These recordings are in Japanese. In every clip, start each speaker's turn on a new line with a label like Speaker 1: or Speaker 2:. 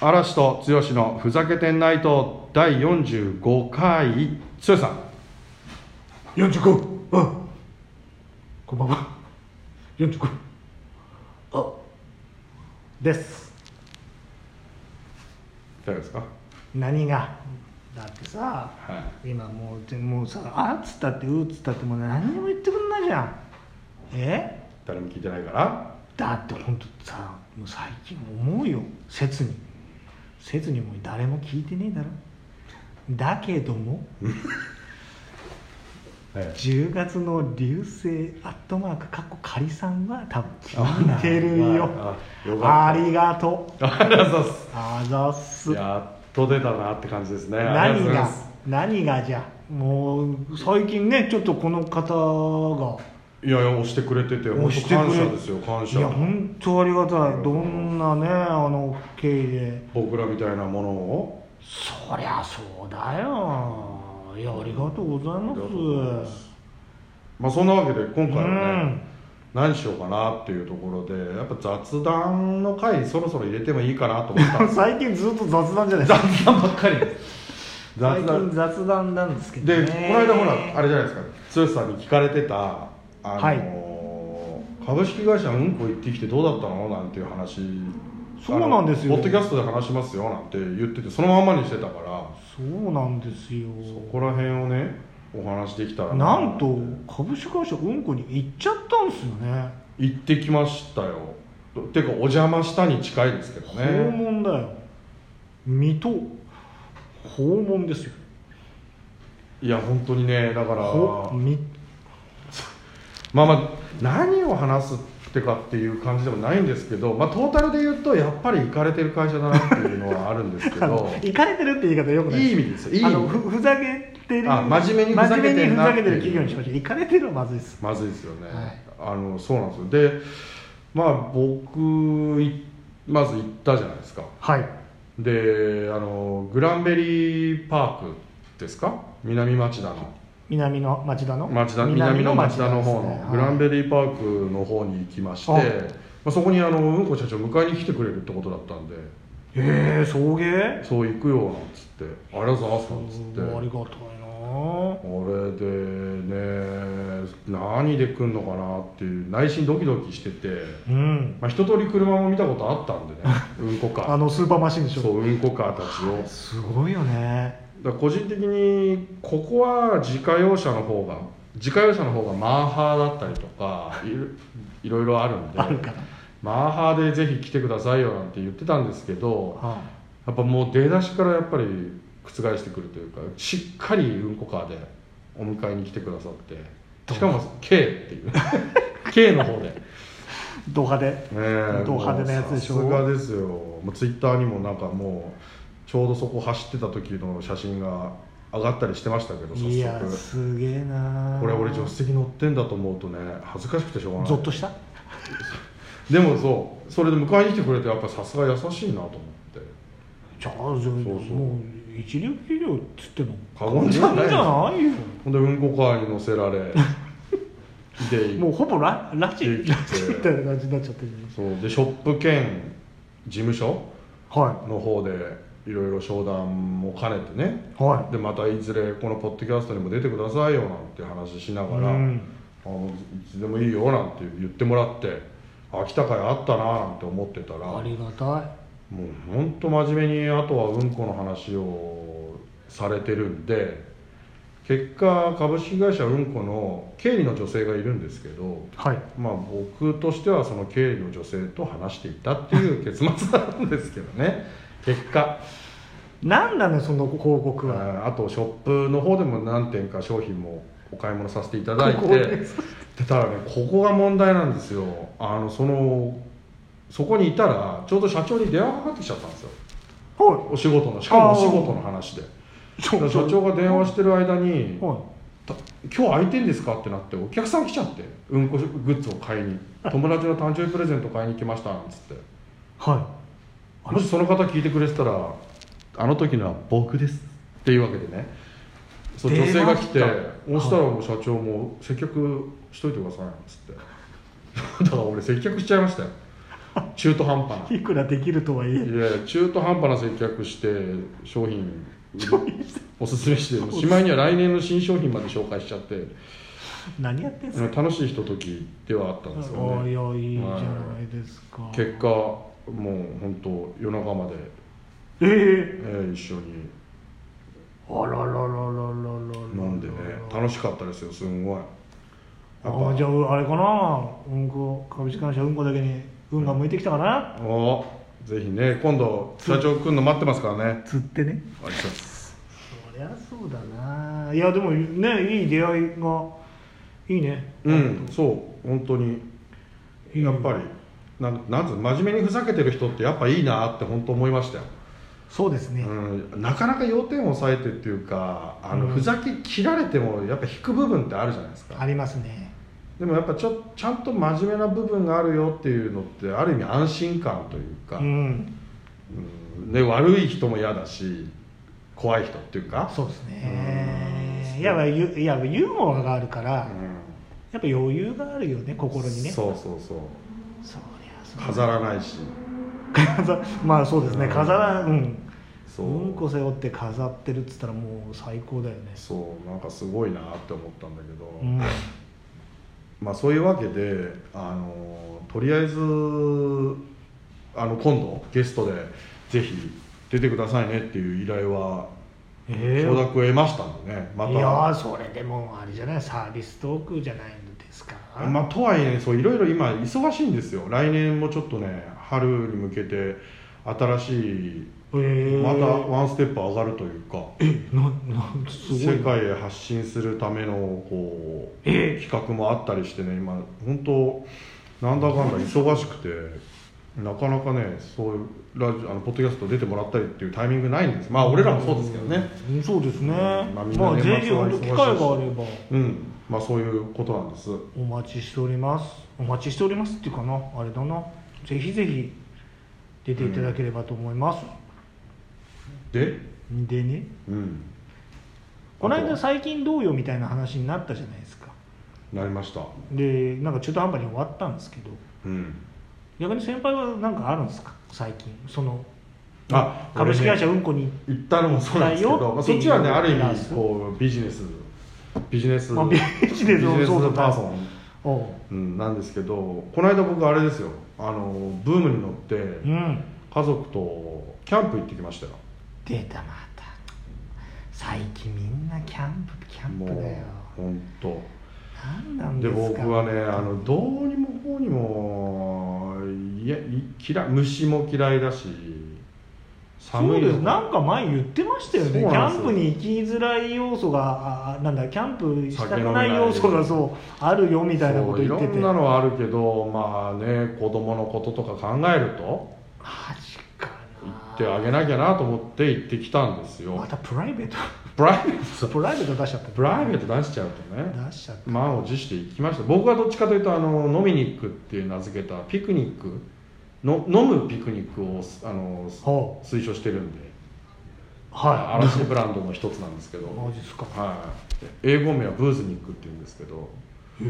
Speaker 1: 嵐と剛のふざけてんないと第45回剛さん
Speaker 2: 45あこんばんは45あです
Speaker 1: いかがですか
Speaker 2: 何がだってさ
Speaker 1: はい
Speaker 2: 今もうでもうさ「あ」っつったって「う」っつったってもう何にも言ってくんないじゃんえ
Speaker 1: 誰も聞いてないから
Speaker 2: だって本当さもう最近思うよ切に切にもう誰も聞いてねえだろだけども
Speaker 1: ええ
Speaker 2: 10月の流星アットマークかっこ仮さんは多分聞いてるよ
Speaker 1: ああ
Speaker 2: あ
Speaker 1: よかった
Speaker 2: りがとう
Speaker 1: ありがとうございます
Speaker 2: あざっす
Speaker 1: やっと出たなって感じですねあり
Speaker 2: 何
Speaker 1: とうござい
Speaker 2: が
Speaker 1: ます
Speaker 2: 何がじゃあもう最近ねちょっとこの方
Speaker 1: いやいや押してくれてて
Speaker 2: が
Speaker 1: 本
Speaker 2: して
Speaker 1: 当
Speaker 2: くれ
Speaker 1: 感謝ですよ感
Speaker 2: いや
Speaker 1: 謝
Speaker 2: 本当ありがたいどんなねあの経緯で
Speaker 1: 僕らみたいなものを
Speaker 2: そりゃそうだよいやありがとうご
Speaker 1: あ
Speaker 2: ざいま
Speaker 1: り
Speaker 2: す
Speaker 1: がとうございますまあそんなわけで今回
Speaker 2: う
Speaker 1: はね
Speaker 2: ん
Speaker 1: 何しようかなっていうところでやっぱ雑談の回そろそろ入れてもいいかなと思ったん です
Speaker 2: 最近ずっと雑談じゃないですか
Speaker 1: 雑談ばっかり雑
Speaker 2: 最近
Speaker 1: 談
Speaker 2: 雑談なんですけど
Speaker 1: で
Speaker 2: ね
Speaker 1: この間ほらあれじゃないですか剛さんに聞かれてたあのー
Speaker 2: は
Speaker 1: 株式会社うんこ行ってきてどうだったのなんていう話
Speaker 2: そうなんですよ
Speaker 1: あのポッドキャストで話しますよなんて言っててそのまんまにしてたから
Speaker 2: そうなんですよ
Speaker 1: そこら辺をねお話できたら
Speaker 2: なんと株式会社うんこに行っちゃったんですよね
Speaker 1: 行ってきましたよてかお邪魔したに近いですけど
Speaker 2: 訪
Speaker 1: ね
Speaker 2: 問だよ水戸訪問ですよ
Speaker 1: いや本当にねだから
Speaker 2: ほみ
Speaker 1: まあまあ何を話すってかっていう感じでもないんですけど、まあ、トータルで言うとやっぱり行かれてる会社だなっていうのはあるんですけ
Speaker 2: あ
Speaker 1: ど
Speaker 2: の行かれてるって言い方よくない
Speaker 1: いい意味ですよいい意
Speaker 2: あ
Speaker 1: 味
Speaker 2: のふふざけてる
Speaker 1: あ真面目にふざけてるな
Speaker 2: 真面目にふざけてる企業にしましょう行かれてるはまずいです
Speaker 1: まずいですよね、
Speaker 2: はい
Speaker 1: あのそうなんですよでまあ僕いまず行ったじゃないですか
Speaker 2: はい
Speaker 1: であのグランベリーパークですか南町田の
Speaker 2: 南の町田の
Speaker 1: 町田南の町田の方
Speaker 2: ですね
Speaker 1: の
Speaker 2: はい
Speaker 1: グランベリーパークの方に行きまして、
Speaker 2: はい
Speaker 1: まあ、そこにあのうんこ社長迎えに来てくれるってことだったんで
Speaker 2: ええ送迎
Speaker 1: そう行くよなんつってありがとうございますなんつって
Speaker 2: うんありがたいな
Speaker 1: これでね何で来るのかなっていう内心ドキドキしてて、
Speaker 2: うん
Speaker 1: まあ、一通り車も見たことあったんで ねうんこカ
Speaker 2: あ
Speaker 1: ー
Speaker 2: のスーパーマシンでしょ
Speaker 1: そううんこカーたちを
Speaker 2: すごいよね
Speaker 1: だから個人的にここは自家用車の方が自家用車の方がマーハーだったりとかいろいろいろあるんで
Speaker 2: あるから
Speaker 1: マーハーでぜひ来てくださいよなんて言ってたんですけど
Speaker 2: は
Speaker 1: やっぱもう出だしからやっぱり覆してくるというかしっかりうんこカーでお迎えに来てくださってしかも K っていう K の方で、ね
Speaker 2: いド派手
Speaker 1: え
Speaker 2: ド派手なやつでしょ
Speaker 1: もうさすがですよもうツイッターにもなんかもうちょうどそこ走ってた時の写真が上がったりしてましたけど
Speaker 2: いや
Speaker 1: 早速
Speaker 2: すげえな
Speaker 1: これ俺助手席乗ってんだと思うとね恥ずかしくてしょうがない
Speaker 2: ゾッとした
Speaker 1: でもそうそれで迎えに来てくれてやっぱさすが優しいなと思って
Speaker 2: じゃあじ
Speaker 1: そ
Speaker 2: ゃあ
Speaker 1: う
Speaker 2: もう一流企業っつっても
Speaker 1: 過言じゃない
Speaker 2: 過言じゃないよ
Speaker 1: ほんでうんこカーに乗せら れで
Speaker 2: もうほぼララジ
Speaker 1: で
Speaker 2: ラジみたいな感じになっちゃってる
Speaker 1: そうでショップ兼事務所
Speaker 2: は
Speaker 1: の方でいろいろ商談も兼ねてね
Speaker 2: いは
Speaker 1: でまたいずれこのポッドキャストにも出てくださいよなんて話しながら、
Speaker 2: うん
Speaker 1: あのいつでもいいよなんて言ってもらってあ来たかいあったななんて思ってたら
Speaker 2: いあ
Speaker 1: もう
Speaker 2: りがた
Speaker 1: ほんと真面目にあとはうんこの話をされてるんで結果株式会社うんこの経理の女性がいるんですけど
Speaker 2: いはい
Speaker 1: まあ、僕としてはその経理の女性と話していたって いう結末なんですけどね結果
Speaker 2: なんだねその広告は
Speaker 1: ああとショップの方でも何点か商品もお買い物させていただいて
Speaker 2: ここで
Speaker 1: でただねここが問題なんですよあのそのそこにいたらちょうど社長に電話かかってきちゃったんですよ
Speaker 2: は
Speaker 1: お仕事のしかも
Speaker 2: あ
Speaker 1: お
Speaker 2: ー
Speaker 1: 仕事の話で
Speaker 2: い
Speaker 1: だから社長が電話
Speaker 2: し
Speaker 1: してる間に
Speaker 2: はい
Speaker 1: た「今日空いてんですか?」ってなってお客さん来ちゃってうんこグッズを買いに友達の誕生日プレゼント買いに来ましたなんつって
Speaker 2: はあ
Speaker 1: もしその方聞いてくれてたら「あの時のは僕です」っていうわけでねそう
Speaker 2: 出
Speaker 1: 女性
Speaker 2: ました
Speaker 1: が来て
Speaker 2: はい
Speaker 1: そしたらもう社長 も「接客しといてください」っつってだから俺接客しちゃいましたよ中途半端
Speaker 2: いくらできるとはい
Speaker 1: な
Speaker 2: え
Speaker 1: いやいや中途半端な接客して商品おすすめしてしまいには来年の新商品まで紹介しちゃって
Speaker 2: 何やってんすか
Speaker 1: 楽しいひとときではあったんですよ
Speaker 2: あい
Speaker 1: ね
Speaker 2: やいいじゃないですか
Speaker 1: 結果もう本当夜中まで、
Speaker 2: え
Speaker 1: え
Speaker 2: え
Speaker 1: ー一緒に
Speaker 2: あららららららら
Speaker 1: 飲んでね楽しかったですよすんごい
Speaker 2: あーじゃああれかなうんこ株式会社うんこだけに運が向いてきたかな、
Speaker 1: おぜひね今度社長来るの待ってますからね
Speaker 2: 釣ってね
Speaker 1: ありがとうございます
Speaker 2: そりゃそうだないやでもねいい出会いがいいね
Speaker 1: うんそう本当にやっぱりななんつうの真面目にふざけてる人ってやっぱいいなって本当思いましたよ、
Speaker 2: そうですね、
Speaker 1: うん、なかなか要点を抑えてっていうかあの
Speaker 2: うん
Speaker 1: ふざけ切られてもやっぱ引く部分ってあるじゃないですか、
Speaker 2: ありますね
Speaker 1: でもやっぱちょちゃんと真面目な部分があるよっていうのってある意味安心感というか、
Speaker 2: うん
Speaker 1: うんで悪い人も嫌だし怖い人っていうか
Speaker 2: そうです
Speaker 1: う
Speaker 2: ね
Speaker 1: ん
Speaker 2: いやゆいやユーモアがあるから、
Speaker 1: うん
Speaker 2: やっぱ余裕があるよね心にねう
Speaker 1: そうそうそう
Speaker 2: そりゃそう
Speaker 1: 飾らないし
Speaker 2: 飾 まあそうですね
Speaker 1: うん
Speaker 2: 飾らうん
Speaker 1: そううん
Speaker 2: こ背負って飾ってるっつったらもう最高だよね
Speaker 1: そうなんかすごいなって思ったんだけど、
Speaker 2: うん
Speaker 1: まあそういうわけであのとりあえずあの今度ゲストでぜひ出てくださいねっていう依頼は
Speaker 2: ええ
Speaker 1: 承諾を得ましたんでねま
Speaker 2: いやー
Speaker 1: た
Speaker 2: それでもあれじゃないサービストークじゃないんですか、
Speaker 1: まあ、とはいえそういろいろ今忙しいんですよ来年もちょっとね春に向けて新しい
Speaker 2: えー
Speaker 1: またワンステップ上がるというか、
Speaker 2: ななすごい
Speaker 1: 世界へ発信するためのこう
Speaker 2: え
Speaker 1: 企画もあったりしてね今本当なんだかんだ忙しくてなかなかねそういうラジオあのポッドキャスト出てもらったりっていうタイミングないんですまあ俺らもそうですけどね
Speaker 2: うんそうですね、
Speaker 1: まあみん
Speaker 2: ま
Speaker 1: な
Speaker 2: あ
Speaker 1: ね
Speaker 2: ぜひ
Speaker 1: まあそ
Speaker 2: 本当
Speaker 1: う
Speaker 2: 機会があれば
Speaker 1: うんまあそういうことなんです
Speaker 2: お待ちしておりますお待ちしておりますっていうかなあれだなぜひぜひ出ていただければと思います、
Speaker 1: で
Speaker 2: でね
Speaker 1: うん
Speaker 2: この
Speaker 1: あと
Speaker 2: 間
Speaker 1: は
Speaker 2: 最近どうよみたいな話になったじゃないですか
Speaker 1: なりました
Speaker 2: でなんか中途半端に終わったんですけど
Speaker 1: うん
Speaker 2: 逆に先輩は何かあるんですか最近その
Speaker 1: あ
Speaker 2: 株式会社
Speaker 1: 俺ね
Speaker 2: うんこに
Speaker 1: 行ったのもそうなんですけ
Speaker 2: 行ったよ
Speaker 1: ど、まあ、そっちはねある意
Speaker 2: っていう
Speaker 1: 味こうビジネスビジネス
Speaker 2: まあビジネスの
Speaker 1: ビジ
Speaker 2: そうだ
Speaker 1: パーソン
Speaker 2: お
Speaker 1: う
Speaker 2: う
Speaker 1: ん、なんですけどこの間僕あれですよあのブームに乗って
Speaker 2: うん
Speaker 1: 家族とキャンプ行ってきましたよ
Speaker 2: 出たまた最近みんなキャンプキャン
Speaker 1: も
Speaker 2: プだよ
Speaker 1: う本当。
Speaker 2: 何なん
Speaker 1: で
Speaker 2: ですか
Speaker 1: 僕はねあのどうにもこうにもいやい嫌い虫も嫌いだし
Speaker 2: そ
Speaker 1: 寒
Speaker 2: う
Speaker 1: い
Speaker 2: です
Speaker 1: の
Speaker 2: なんか前言ってましたよねキ
Speaker 1: そうなんです
Speaker 2: ャン
Speaker 1: よ
Speaker 2: プに行きづらい要素があなんだキャンプしたくない
Speaker 1: 酒飲めない
Speaker 2: 要素がそうあるよみたいなこと
Speaker 1: そういろ
Speaker 2: 言ってて
Speaker 1: んなのはあるけどまあね子供のこととか考えると
Speaker 2: マジか
Speaker 1: 行ってあ
Speaker 2: な
Speaker 1: げなきゃなと思って行ってきたんですよ
Speaker 2: またプライベー
Speaker 1: プライベー
Speaker 2: トプライベート出しちゃった
Speaker 1: トプライベート出しちゃうとね
Speaker 2: 出しちゃった
Speaker 1: 満を持して行きました僕はどっちかというとあの飲みに行くっていう名付けたピクニックの飲むピクニックをあの
Speaker 2: ほ
Speaker 1: 推奨してるんで
Speaker 2: はい
Speaker 1: 嵐ブランドの一つなんですけど、
Speaker 2: マジっすか
Speaker 1: はい、英語名はブーズに行くっていうんですけど
Speaker 2: 飲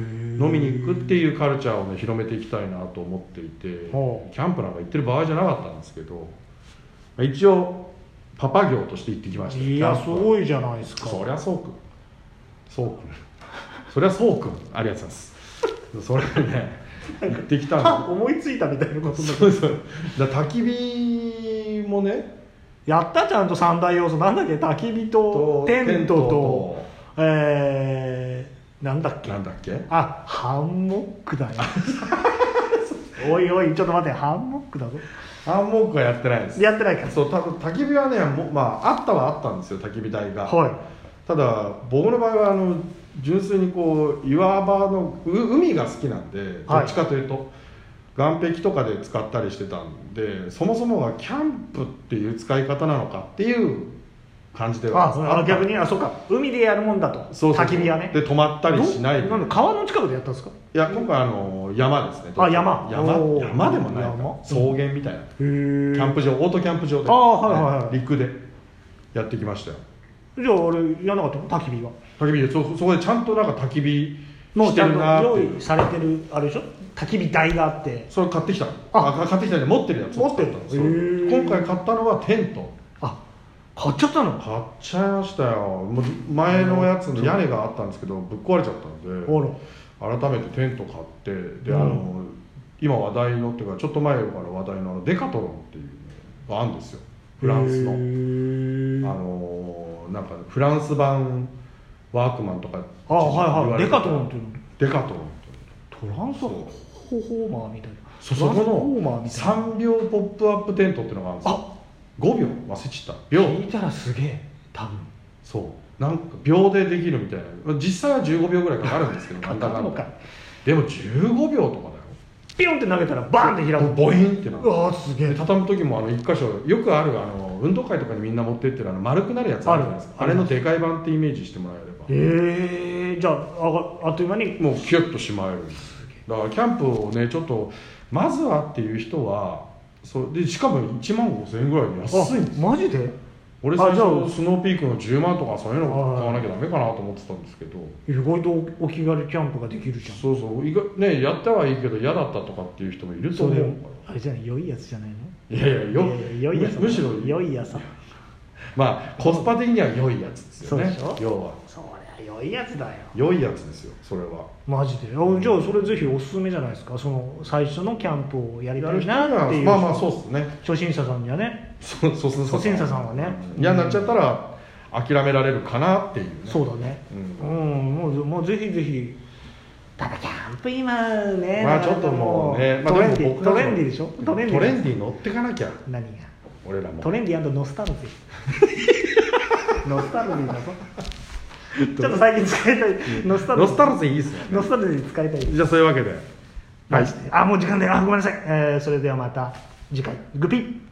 Speaker 1: 飲みに行くっていうカルチャーをね広めていきたいなと思っていてキ
Speaker 2: ほう
Speaker 1: ャンプなんか行ってる場合じゃなかったんですけど一応パパ業として行ってきました
Speaker 2: いやす
Speaker 1: い
Speaker 2: ごいじゃないですか
Speaker 1: そりゃそうくんそうくんそりゃそうくんありがとうございますそれでね行ってきたん
Speaker 2: あ 思いついたみたいなこと
Speaker 1: で
Speaker 2: にな って
Speaker 1: そうそうだから焚き火もね
Speaker 2: やったちゃんと三大要素なんだっけ焚き火とテントとえー、なんだっけ
Speaker 1: なんだっけ
Speaker 2: あハンモックだよ おいおいちょっと待ってハンモックだぞ
Speaker 1: ハンモックはやってないです
Speaker 2: やってないか
Speaker 1: そうた焚き火はねもうまああったはあったんですよ焚き火台が
Speaker 2: は
Speaker 1: ただ僕の場合はあの純粋にこう岩場のう海が好きなんでど
Speaker 2: はい
Speaker 1: っちかというと、岩壁とかで使ったりしてたんでそもそもがキャンプっていう使い方なのかっていう感じで
Speaker 2: い
Speaker 1: は
Speaker 2: ああ
Speaker 1: った
Speaker 2: 逆にあそっか海でやるもんだと
Speaker 1: そうそう
Speaker 2: 焚き火はね
Speaker 1: で止まったりしないで
Speaker 2: どんの川の近くでやったんですかへ
Speaker 1: いや今回あの山ですね
Speaker 2: あ山
Speaker 1: 山
Speaker 2: おー
Speaker 1: 山でもないか
Speaker 2: 山
Speaker 1: 草原みたいな
Speaker 2: えキ
Speaker 1: キャ
Speaker 2: ャ
Speaker 1: ンプ場オートキャンプ場で
Speaker 2: あーはいはいはい
Speaker 1: 陸でやってきましたよ
Speaker 2: じゃああれやんなかったの焚き火は
Speaker 1: 焚き火でそそこでちゃんとなんか焚き火
Speaker 2: の
Speaker 1: してるなーっていう
Speaker 2: 用意されてるあれでしょ焚き火台があって
Speaker 1: それ買ってきたの
Speaker 2: あ
Speaker 1: あ買ってきたね持ってるやつ
Speaker 2: 持ってるの
Speaker 1: そう
Speaker 2: へー
Speaker 1: 今回買ったのはテント
Speaker 2: あ買っちゃったのあ
Speaker 1: 買っちゃいましたよもう前のやつの屋根があったんですけどぶっ壊れちゃったんで
Speaker 2: ら
Speaker 1: 改めてテント買ってで、
Speaker 2: うん
Speaker 1: あの今話題のっていうかちょっと前から話題のあのデカトロンっていうのがあるんですよフランスのあ
Speaker 2: の
Speaker 1: のなんかフランス版ワークマンとか
Speaker 2: あはいはい
Speaker 1: 一時言わ
Speaker 2: デ
Speaker 1: れて
Speaker 2: カト
Speaker 1: た
Speaker 2: ロンっていうの
Speaker 1: デカトロンって
Speaker 2: トランス
Speaker 1: そう
Speaker 2: ホーマーみたいな
Speaker 1: そ
Speaker 2: トラ
Speaker 1: こ
Speaker 2: ンスフォーマー
Speaker 1: の
Speaker 2: みたいな
Speaker 1: 3秒ポップアップテントっていうのがあるんですよ
Speaker 2: あ
Speaker 1: 5秒忘れちゃった秒
Speaker 2: 聞いたらすげえ多分
Speaker 1: そうなんか秒でできるみたいな実際は15秒ぐらいかかるんですけ どなんだか
Speaker 2: か
Speaker 1: ん
Speaker 2: の
Speaker 1: だ
Speaker 2: か
Speaker 1: でも15秒とか
Speaker 2: ピョンって投げたらバンって
Speaker 1: だよ
Speaker 2: 開く
Speaker 1: ボインってなる
Speaker 2: うわーすげえ
Speaker 1: で畳む時もあの1箇所よくあるあの運動会とかにみんな持ってってるあの丸くなるやつあるじゃないですか
Speaker 2: あ
Speaker 1: あ
Speaker 2: る
Speaker 1: れのでかい版ってイメージしてもらえれば
Speaker 2: ええじゃああがあっという間に
Speaker 1: もうキュッとしまえるだからキャンプをねちょっとまずはっていう人はそうでしかも1万5000円ぐらいで安いんですよ
Speaker 2: マジで
Speaker 1: 俺最
Speaker 2: あじゃあ
Speaker 1: 初スノーピークの10万とかそういうのを買わなきゃダメかなと思ってたんですけど
Speaker 2: 意外とお気軽キャンプができるじゃん
Speaker 1: そうそう意外ねやったはいいけど嫌だったとかっていう人もいると思う
Speaker 2: あれじゃない良いやつじゃないの
Speaker 1: いやいやよ
Speaker 2: いやいや良いやつ
Speaker 1: むむしろ
Speaker 2: 良いやつ
Speaker 1: まあコスパ的には良いやつですよね
Speaker 2: そうでし
Speaker 1: 要は
Speaker 2: そりゃ良いやつだよ
Speaker 1: 良いやつですよそれは
Speaker 2: マジであじゃあそれぜひおすすめじゃないですかその最初のキャンプをやりたいなっていう
Speaker 1: まあまあそうっすね
Speaker 2: 初心者さんにはね
Speaker 1: そうそうそう
Speaker 2: 初心者さんはね
Speaker 1: 嫌になっちゃったら諦められるかなっていうね
Speaker 2: そうだね
Speaker 1: うん
Speaker 2: うんもうもうぜひぜひただキャンプ今ね
Speaker 1: まあ
Speaker 2: なかなか
Speaker 1: ちょっともうねまあ
Speaker 2: トレンデ
Speaker 1: も
Speaker 2: ィ
Speaker 1: 僕
Speaker 2: ト
Speaker 1: たち
Speaker 2: レ
Speaker 1: も
Speaker 2: ンディでしょトレンディ
Speaker 1: トレンディー乗ってかなきゃ
Speaker 2: 何が
Speaker 1: 俺らも
Speaker 2: トレンディノスタルジー ノスタルジーだぞちょっと最近使いたいノスタル
Speaker 1: ノ
Speaker 2: ジ
Speaker 1: ス
Speaker 2: ー
Speaker 1: タルジーいいっすね
Speaker 2: ノスタルジー使いたい
Speaker 1: じゃあそういうわけで
Speaker 2: はい、あもう時間であごめんなさい、えーそれではまた次回グピッ